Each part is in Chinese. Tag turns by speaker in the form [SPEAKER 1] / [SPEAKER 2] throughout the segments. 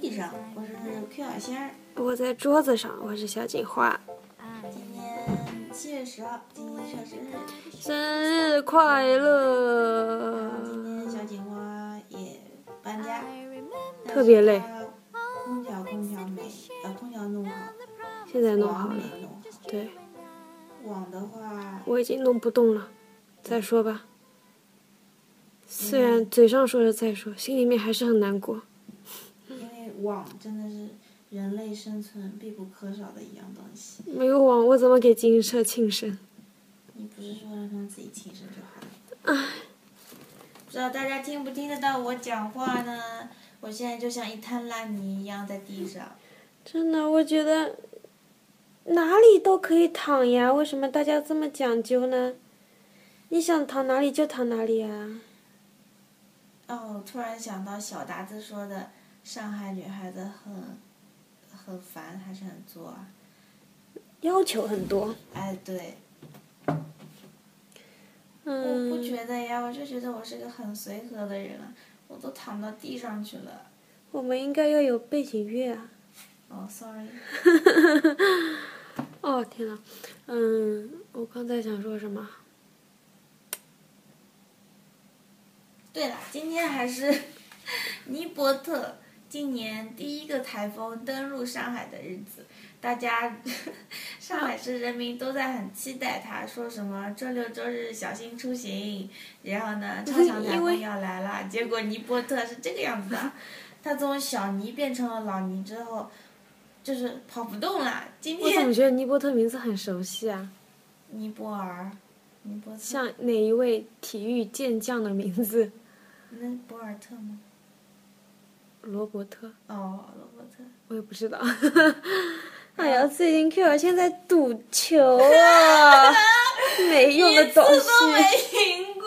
[SPEAKER 1] 地上，我是 Q 小仙儿。
[SPEAKER 2] 我在桌子上，我是小锦花。
[SPEAKER 1] 今年七月十号，今天是小生日。
[SPEAKER 2] 生日快乐！
[SPEAKER 1] 今天小锦花也搬家，
[SPEAKER 2] 特别累。
[SPEAKER 1] 空调空调没，呃，空调弄好，
[SPEAKER 2] 现在弄好
[SPEAKER 1] 网
[SPEAKER 2] 了
[SPEAKER 1] 没，弄好。
[SPEAKER 2] 对
[SPEAKER 1] 网的话，
[SPEAKER 2] 我已经弄不动了，再说吧。虽然嘴上说着再说，心里面还是很难过。
[SPEAKER 1] 因为网真的是人类生存必不可少的一样东西。
[SPEAKER 2] 没有网，我怎么给金社庆生？
[SPEAKER 1] 你不是说让他们自己亲生就好了？ 不知道大家听不听得到我讲话呢？我现在就像一滩烂泥一样在地上。
[SPEAKER 2] 真的，我觉得哪里都可以躺呀，为什么大家这么讲究呢？你想躺哪里就躺哪里啊！
[SPEAKER 1] 哦，我突然想到小达子说的，上海女孩子很很烦还是很作啊？
[SPEAKER 2] 要求很多。
[SPEAKER 1] 哎，对，
[SPEAKER 2] 嗯，
[SPEAKER 1] 我不觉得呀，我就觉得我是个很随和的人啊，我都躺到地上去了。
[SPEAKER 2] 我们应该要有背景乐啊！
[SPEAKER 1] 哦，sorry，
[SPEAKER 2] 哦天呐，嗯，我刚才想说什么？
[SPEAKER 1] 对了，今天还是 尼伯特今年第一个台风登陆上海的日子，大家 上海市人民都在很期待它，说什么周六周日小心出行，然后呢，超强台
[SPEAKER 2] 因为
[SPEAKER 1] 风要来了。结果尼伯特是这个样子的，他从小尼变成了老尼之后，就是跑不动了。今
[SPEAKER 2] 我怎
[SPEAKER 1] 天
[SPEAKER 2] 么觉得尼伯特名字很熟悉啊？
[SPEAKER 1] 尼泊尔，尼伯特，
[SPEAKER 2] 像哪一位体育健将的名字？
[SPEAKER 1] 那博尔特吗？
[SPEAKER 2] 罗伯特？
[SPEAKER 1] 哦，罗伯特。
[SPEAKER 2] 我也不知道。 哎
[SPEAKER 1] 嗯
[SPEAKER 2] 呀，最近 Q 儿现在赌球 啊，没用的东
[SPEAKER 1] 一次都没
[SPEAKER 2] 西。
[SPEAKER 1] 赢过。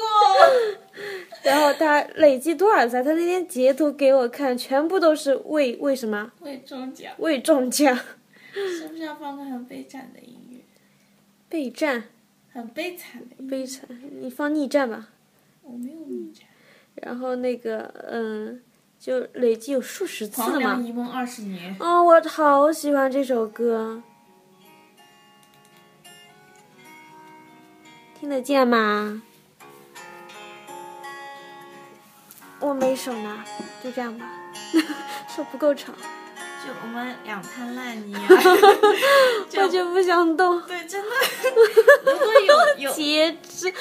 [SPEAKER 2] 然后他累计多少赛？他那天截图给我看，全部都是未为什么
[SPEAKER 1] 会中奖，
[SPEAKER 2] 未中奖，
[SPEAKER 1] 是不是要放个很悲惨的音乐？
[SPEAKER 2] 备战
[SPEAKER 1] 很悲嗯惨的音乐，
[SPEAKER 2] 悲惨。你放逆战吧。
[SPEAKER 1] 我没有逆战。
[SPEAKER 2] 然后那个嗯，就累计有数十次
[SPEAKER 1] 黄
[SPEAKER 2] 了
[SPEAKER 1] 粱
[SPEAKER 2] 嘛。
[SPEAKER 1] 一梦二十年，
[SPEAKER 2] 哦，我好喜欢这首歌，听得见吗？我没手呢，就这样吧， 手不够长，
[SPEAKER 1] 就我们两滩烂泥、啊。
[SPEAKER 2] 我就不想动，
[SPEAKER 1] 对，真的。 如果有有
[SPEAKER 2] 截肢，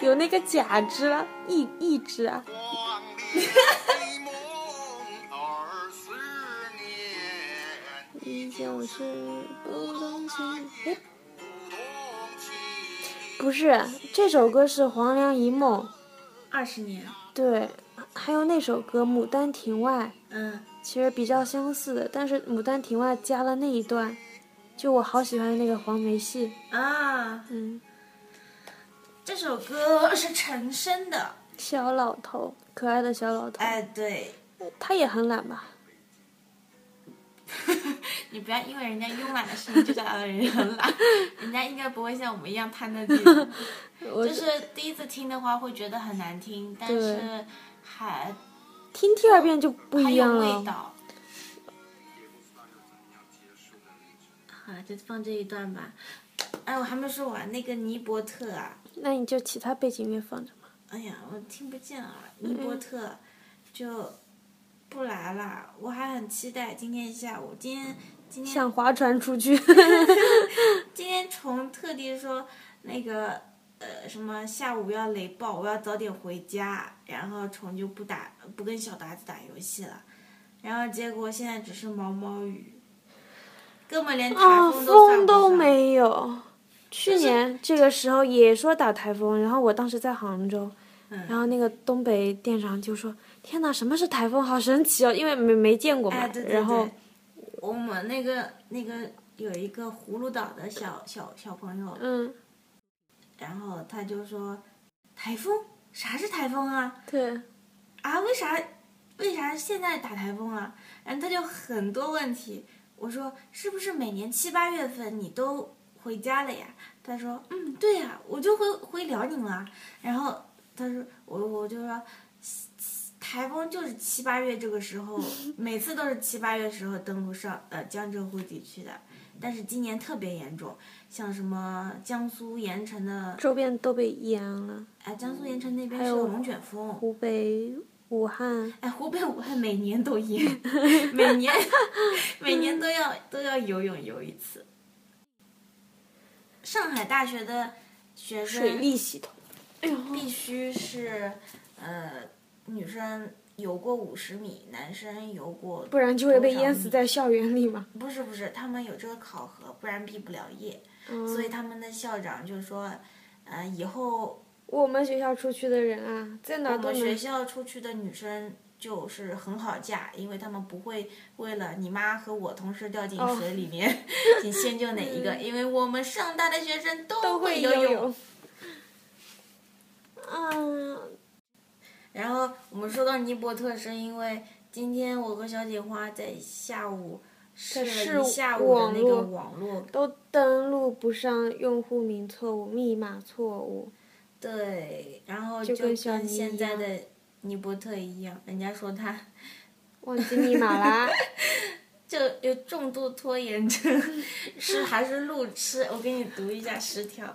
[SPEAKER 2] 有那个假肢了，一一肢啊，
[SPEAKER 3] 光临黑梦二十年，
[SPEAKER 2] 依旧是不动情。哎，
[SPEAKER 3] 不动情。
[SPEAKER 2] 不是，这首歌是《黄粱一梦》。
[SPEAKER 1] 二十年，
[SPEAKER 2] 对，还有那首歌《牡丹亭外
[SPEAKER 1] 嗯，》，
[SPEAKER 2] 其实比较相似的，但是《牡丹亭外》加了那一段，就我好喜欢那个黄梅戏，
[SPEAKER 1] 啊，
[SPEAKER 2] 嗯，
[SPEAKER 1] 这首歌 是陈升的。
[SPEAKER 2] 小老头，可爱的小老头，
[SPEAKER 1] 哎，对，
[SPEAKER 2] 他也很懒吧？
[SPEAKER 1] 你不要因为人家慵懒的声音就叫人很懒，人家应该不会像我们一样瘫在地上。
[SPEAKER 2] 我
[SPEAKER 1] 就是第一次听的话会觉得很难听，但
[SPEAKER 2] 对
[SPEAKER 1] 是还
[SPEAKER 2] 听第二遍就不
[SPEAKER 1] 还
[SPEAKER 2] 一样啊
[SPEAKER 1] 有味
[SPEAKER 2] 了。
[SPEAKER 1] 道。好了，就放这一段吧。哎，我还没说完，那个尼伯特啊，
[SPEAKER 2] 那你就其他背景乐放着嘛。
[SPEAKER 1] 哎呀，我听不见啊，尼伯
[SPEAKER 2] 嗯
[SPEAKER 1] 特就不来了，我还很期待今天下午，今天今天
[SPEAKER 2] 想划船出 去，
[SPEAKER 1] 今天虫特地说那个呃什么下午要雷暴，我要早点回家，然后虫就不打不跟小达子打游戏了，然后结果现在只是毛毛雨，根本连台
[SPEAKER 2] 啊，
[SPEAKER 1] 风都算
[SPEAKER 2] 风
[SPEAKER 1] 不上。
[SPEAKER 2] 都没有。去年这个时候也说打台风，然后我当时在杭州，然
[SPEAKER 1] 嗯，
[SPEAKER 2] 后那个东北电商就说：“天哪，什么是台风？好神奇哦，因为没没见过嘛。
[SPEAKER 1] 哎对对
[SPEAKER 2] 然后
[SPEAKER 1] 对，我们那个那个有一个葫芦岛的小小小朋友，
[SPEAKER 2] 嗯，
[SPEAKER 1] 然后他就说台风啥是台风啊？
[SPEAKER 2] 对，
[SPEAKER 1] 啊，为啥为啥现在打台风啊？然后他就很多问题。我说是不是每年七八月份你都回家了呀？他说嗯，对呀、我就回回辽宁了。然后他说我我就说。台风就是七八月这个时 候，每次都是七八月时候登陆上呃江浙沪地区的，但是今年特别严重，像什么江苏盐城的，
[SPEAKER 2] 周边都被淹了，
[SPEAKER 1] 哎，江苏盐城那边
[SPEAKER 2] 还
[SPEAKER 1] 是
[SPEAKER 2] 有
[SPEAKER 1] 龙卷风，
[SPEAKER 2] 湖北、武汉，
[SPEAKER 1] 哎，湖北武汉每年 都淹，每年每年都要都要游泳游一次。上海大学的学
[SPEAKER 2] 水
[SPEAKER 1] 生
[SPEAKER 2] 利系统。哎呦，
[SPEAKER 1] 必须是，呃，女生游过五十米，男生游过
[SPEAKER 2] 不然就会被淹死
[SPEAKER 1] 多少
[SPEAKER 2] 在校园里嘛。
[SPEAKER 1] 米。不是不是，他们有这个考核，不然毕不了业。所
[SPEAKER 2] 嗯，
[SPEAKER 1] 以他们的校长就说，呃，以后
[SPEAKER 2] 我们学校出去的人啊，在哪
[SPEAKER 1] 我
[SPEAKER 2] 儿都
[SPEAKER 1] 们学
[SPEAKER 2] 能。
[SPEAKER 1] 校出去的女生就是很好嫁，因为她们不会为了你妈和我同时掉进
[SPEAKER 2] 哦嗯
[SPEAKER 1] 水里面， 你先救哪一个？ 因为我们上大的学生
[SPEAKER 2] 都
[SPEAKER 1] 都
[SPEAKER 2] 会
[SPEAKER 1] 游
[SPEAKER 2] 游泳。嗯，
[SPEAKER 1] 然后我们说到尼伯特，是因为今天我和小姐花在下午试
[SPEAKER 2] 试
[SPEAKER 1] 了一下午的那个
[SPEAKER 2] 网
[SPEAKER 1] 网络，
[SPEAKER 2] 都登录不上用户名错误、密码错误。
[SPEAKER 1] 对，然后
[SPEAKER 2] 就
[SPEAKER 1] 就
[SPEAKER 2] 跟
[SPEAKER 1] 跟
[SPEAKER 2] 小尼
[SPEAKER 1] 现
[SPEAKER 2] 一
[SPEAKER 1] 在
[SPEAKER 2] 样
[SPEAKER 1] 的尼伯特一样，人家说他
[SPEAKER 2] 忘记密码 啦！
[SPEAKER 1] 就有重度拖延症，是还是路痴？我给你读一下十条。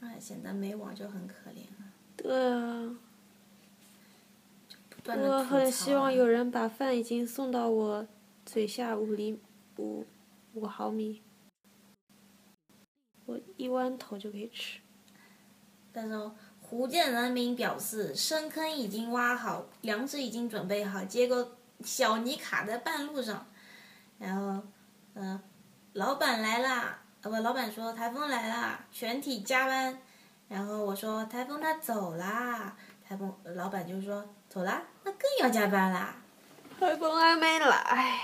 [SPEAKER 1] 哎，现在没网就很可怜了，
[SPEAKER 2] 对啊，
[SPEAKER 1] 不断的
[SPEAKER 2] 我很希望有人把饭已经送到我嘴下五厘五五毫米，我一弯头就可以吃。
[SPEAKER 1] 但是哦福建人民表示，深坑已经挖好，粮食已经准备好，结果小尼卡在半路上。然后，嗯、老板来啦，呃不，老板说台风来啦，全体加班。然后我说台风他走啦，台风老板就说走啦，那更要加班啦。
[SPEAKER 2] 台风还没来，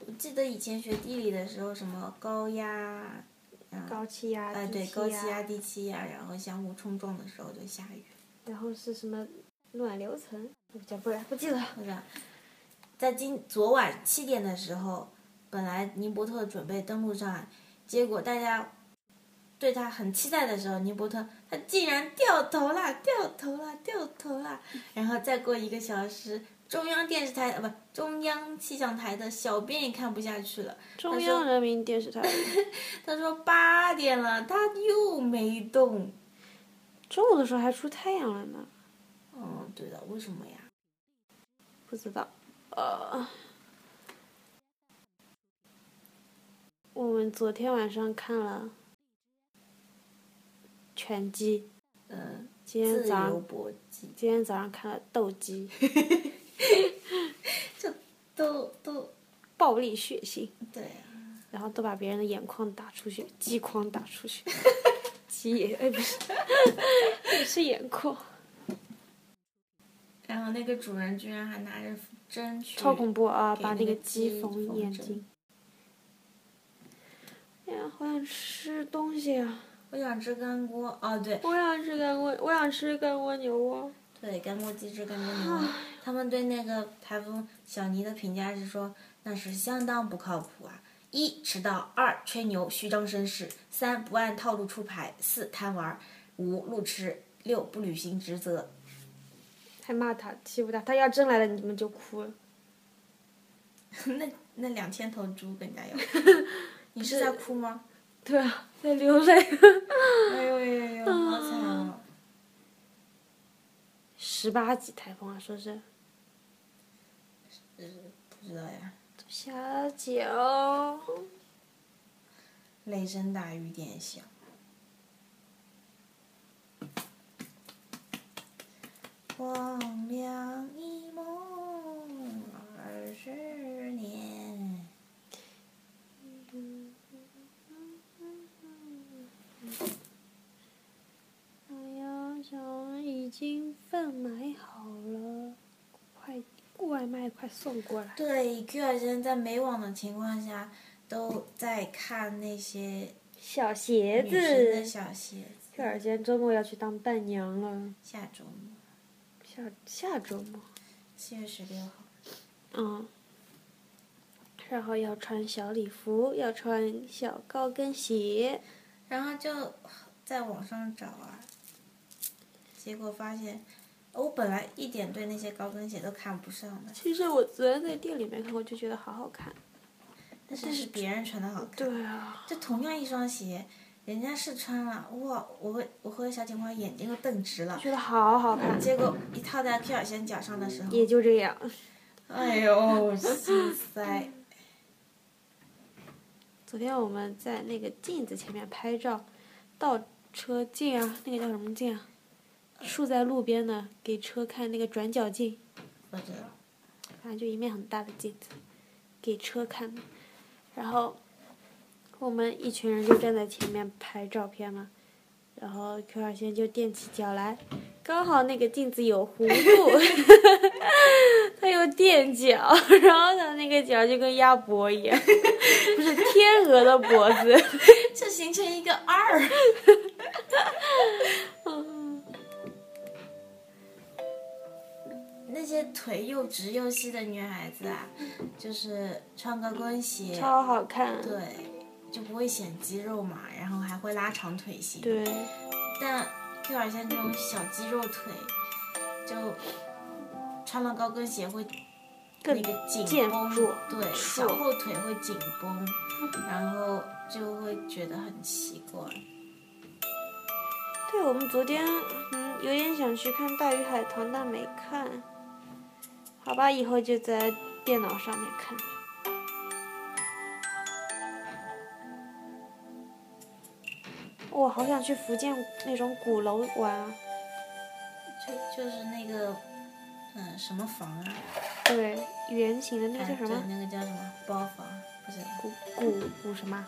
[SPEAKER 1] 我记得以前学地理的时候，什么高压，嗯、
[SPEAKER 2] 高气压、
[SPEAKER 1] 哎对
[SPEAKER 2] 低
[SPEAKER 1] 高气压、低气压，然后相互冲撞的时候就下雨。
[SPEAKER 2] 然后是什么暖流层？不记不不记得了。
[SPEAKER 1] 那个，在今昨晚七点的时候，本来尼伯特准备登陆上岸，结果大家对他很期待的时候，尼伯特他竟然掉头啦，掉头啦，掉头啦！然后再过一个小时，中央电视台呃不，中央气象台的小编也看不下去了，
[SPEAKER 2] 中央人民电 视台，
[SPEAKER 1] 他说八点了，他又没动。
[SPEAKER 2] 中午的时候还出太阳了呢，
[SPEAKER 1] 嗯，对的，为什么呀？
[SPEAKER 2] 不知道。呃，我们昨天晚上看了拳击，
[SPEAKER 1] 嗯、
[SPEAKER 2] 今天
[SPEAKER 1] 自
[SPEAKER 2] 早
[SPEAKER 1] 由
[SPEAKER 2] 上
[SPEAKER 1] 搏击
[SPEAKER 2] 今天早上看了斗鸡，
[SPEAKER 1] 都都
[SPEAKER 2] 暴力血腥，
[SPEAKER 1] 对啊。
[SPEAKER 2] 然后都把别人的眼眶打出血，鸡框打出 血，鸡也哎不是，也是眼眶，
[SPEAKER 1] 然后那个主人居然还拿着针去，
[SPEAKER 2] 超恐怖啊！
[SPEAKER 1] 给
[SPEAKER 2] 把
[SPEAKER 1] 那
[SPEAKER 2] 那
[SPEAKER 1] 个
[SPEAKER 2] 个鸡
[SPEAKER 1] 鸡
[SPEAKER 2] 缝
[SPEAKER 1] 缝
[SPEAKER 2] 眼
[SPEAKER 1] 针
[SPEAKER 2] 睛。哎呀，好想吃东西啊！
[SPEAKER 1] 我想吃干锅，哦对
[SPEAKER 2] 我想吃干锅，我想吃干锅牛蛙。
[SPEAKER 1] 对，干锅鸡翅、干锅牛蛙。他们对那个台风小尼的评价是说，那是相当不靠谱啊！一迟到，二吹牛虚张声势，三不按套路出牌，四贪玩，五路痴，六不履行职责。
[SPEAKER 2] 还骂他，欺负他，他要真来了，你们就哭了。
[SPEAKER 1] 那那两千头猪更加要哭，你是
[SPEAKER 2] 是
[SPEAKER 1] 在哭吗？
[SPEAKER 2] 对啊，在流泪。
[SPEAKER 1] 哎呦哎呦哎呦，好惨哦！
[SPEAKER 2] 十八级台风啊，说是
[SPEAKER 1] 不知道呀，
[SPEAKER 2] 小九，
[SPEAKER 1] 雷声大雨点小。黄粱一梦二十年。
[SPEAKER 2] 我要想已经份买好了，快外卖快送过来。
[SPEAKER 1] 对，Q 小先在没网的情况下，都在看那些
[SPEAKER 2] 小鞋
[SPEAKER 1] 女生的
[SPEAKER 2] 子，
[SPEAKER 1] 小鞋
[SPEAKER 2] 这
[SPEAKER 1] 子。
[SPEAKER 2] 儿今周末要去当伴娘了，
[SPEAKER 1] 下周末，
[SPEAKER 2] 下下周末。
[SPEAKER 1] 七月十六号，
[SPEAKER 2] 嗯，然后要穿小礼服，要穿小高跟鞋，
[SPEAKER 1] 然后就在网上找啊，结果发现，我本来一点对那些高跟鞋都看不上的，
[SPEAKER 2] 其实我昨天在店里面看，我就觉得好好看。
[SPEAKER 1] 但是是别人穿的好看。
[SPEAKER 2] 对啊，
[SPEAKER 1] 就同样一双鞋，人家试穿了，哇，我和我和小警官眼睛都瞪直了。
[SPEAKER 2] 觉得好好看，
[SPEAKER 1] 结果一套在 Q 小仙脚上的时候，
[SPEAKER 2] 也就这样。
[SPEAKER 1] 哎呦，心塞。
[SPEAKER 2] 昨天我们在那个镜子前面拍照，倒车镜啊，那个叫什么镜啊？竖在路边的，给车看那个转角镜。
[SPEAKER 1] 不知道，
[SPEAKER 2] 反正就一面很大的镜子，给车看的。然后我们一群人就站在前面拍照片嘛，然后 Q 二仙就踮起脚来，刚好那个镜子有弧度， 他又踮脚，然后他那个脚就跟鸭脖一样， 不是天鹅的脖子。
[SPEAKER 1] 这形成一个二。 嗯那些腿又直又细的女孩子啊，就是穿高跟鞋，
[SPEAKER 2] 超好看。
[SPEAKER 1] 对，就不会显肌肉嘛，然后还会拉长腿型。
[SPEAKER 2] 对，
[SPEAKER 1] 但 Q 耳线这种小肌肉腿，就穿了高跟鞋会那
[SPEAKER 2] 更
[SPEAKER 1] 个紧
[SPEAKER 2] 健
[SPEAKER 1] 绷
[SPEAKER 2] 硕，
[SPEAKER 1] 对，
[SPEAKER 2] 硕
[SPEAKER 1] 小后腿会紧绷，然后就会觉得很奇怪。
[SPEAKER 2] 对，我们昨天嗯有点想去看《大鱼海棠》，但没看。好吧，以后就在电脑上面看。我好想去福建那种鼓楼玩啊！
[SPEAKER 1] 就就是那个，嗯，什么房啊？
[SPEAKER 2] 对，圆形的那
[SPEAKER 1] 哎
[SPEAKER 2] 个叫什
[SPEAKER 1] 对
[SPEAKER 2] 么？
[SPEAKER 1] 那个叫什么包房？不是
[SPEAKER 2] 鼓鼓鼓什么？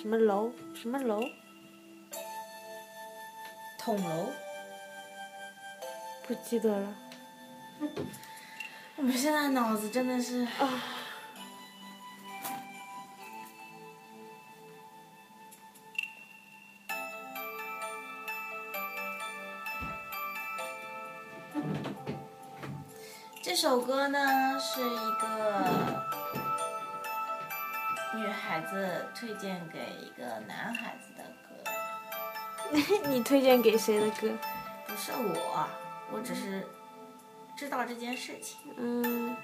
[SPEAKER 2] 什么楼？什么楼？
[SPEAKER 1] 筒楼。
[SPEAKER 2] 不记得了。
[SPEAKER 1] 我们现在脑子真的是
[SPEAKER 2] 啊，
[SPEAKER 1] 这首歌呢是一个女孩子推荐给一个男孩子的歌，
[SPEAKER 2] 你推荐给谁的歌？
[SPEAKER 1] 不是我，我只是知道这件事情。
[SPEAKER 2] 嗯，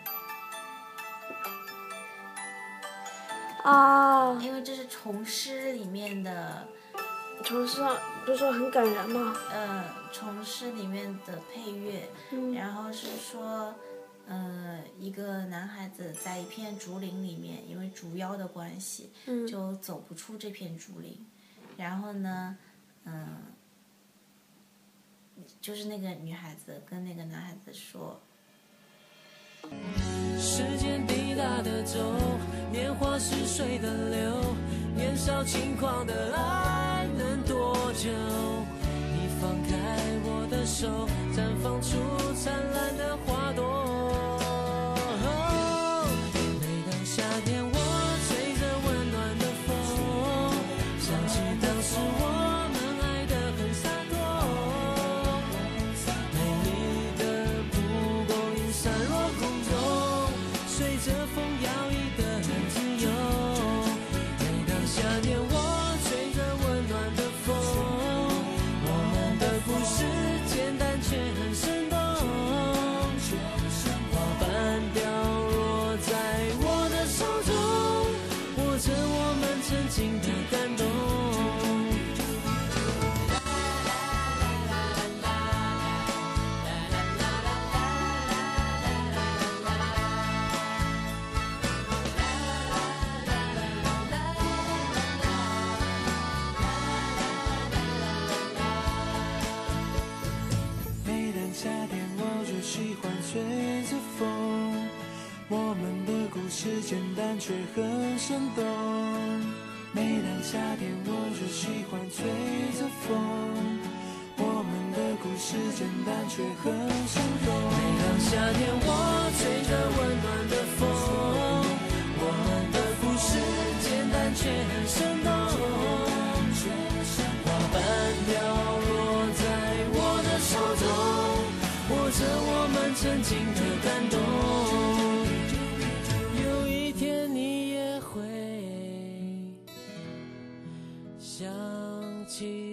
[SPEAKER 2] 啊，
[SPEAKER 1] 因为这是《虫师》里面的，
[SPEAKER 2] 床上不是说很感人吗？
[SPEAKER 1] 呃，《虫师》里面的配乐，
[SPEAKER 2] 嗯，
[SPEAKER 1] 然后是说，呃，一个男孩子在一片竹林里面，因为竹妖的关系，
[SPEAKER 2] 嗯
[SPEAKER 1] 就走不出这片竹林。然后呢，嗯，就是那个女孩子跟那个男孩子说，
[SPEAKER 4] 时间滴答的走，年华似水的流，年少轻狂的爱能多久？你放开我的手，绽放出灿烂的花朵。Oh，每当夏天，我吹着温暖的风，想起当时我们爱得很洒脱。美丽的蒲公英散落空中，随着风摇曳得很自由。每当夏天，我吹着温暖的风，我们的故事简单却很生动。花瓣掉落在我的手中，握着我们曾经的感动。每当夏天，我就喜欢吹着风。我们的故事简单却很生动。每当夏天，我就喜欢吹着风。我们的故事简单却很生动。每当夏天，我吹着温暖的风。我们的故事简单却很生动。花瓣掉落在我的手中，握着我们曾经的感动。有一天你也会想起。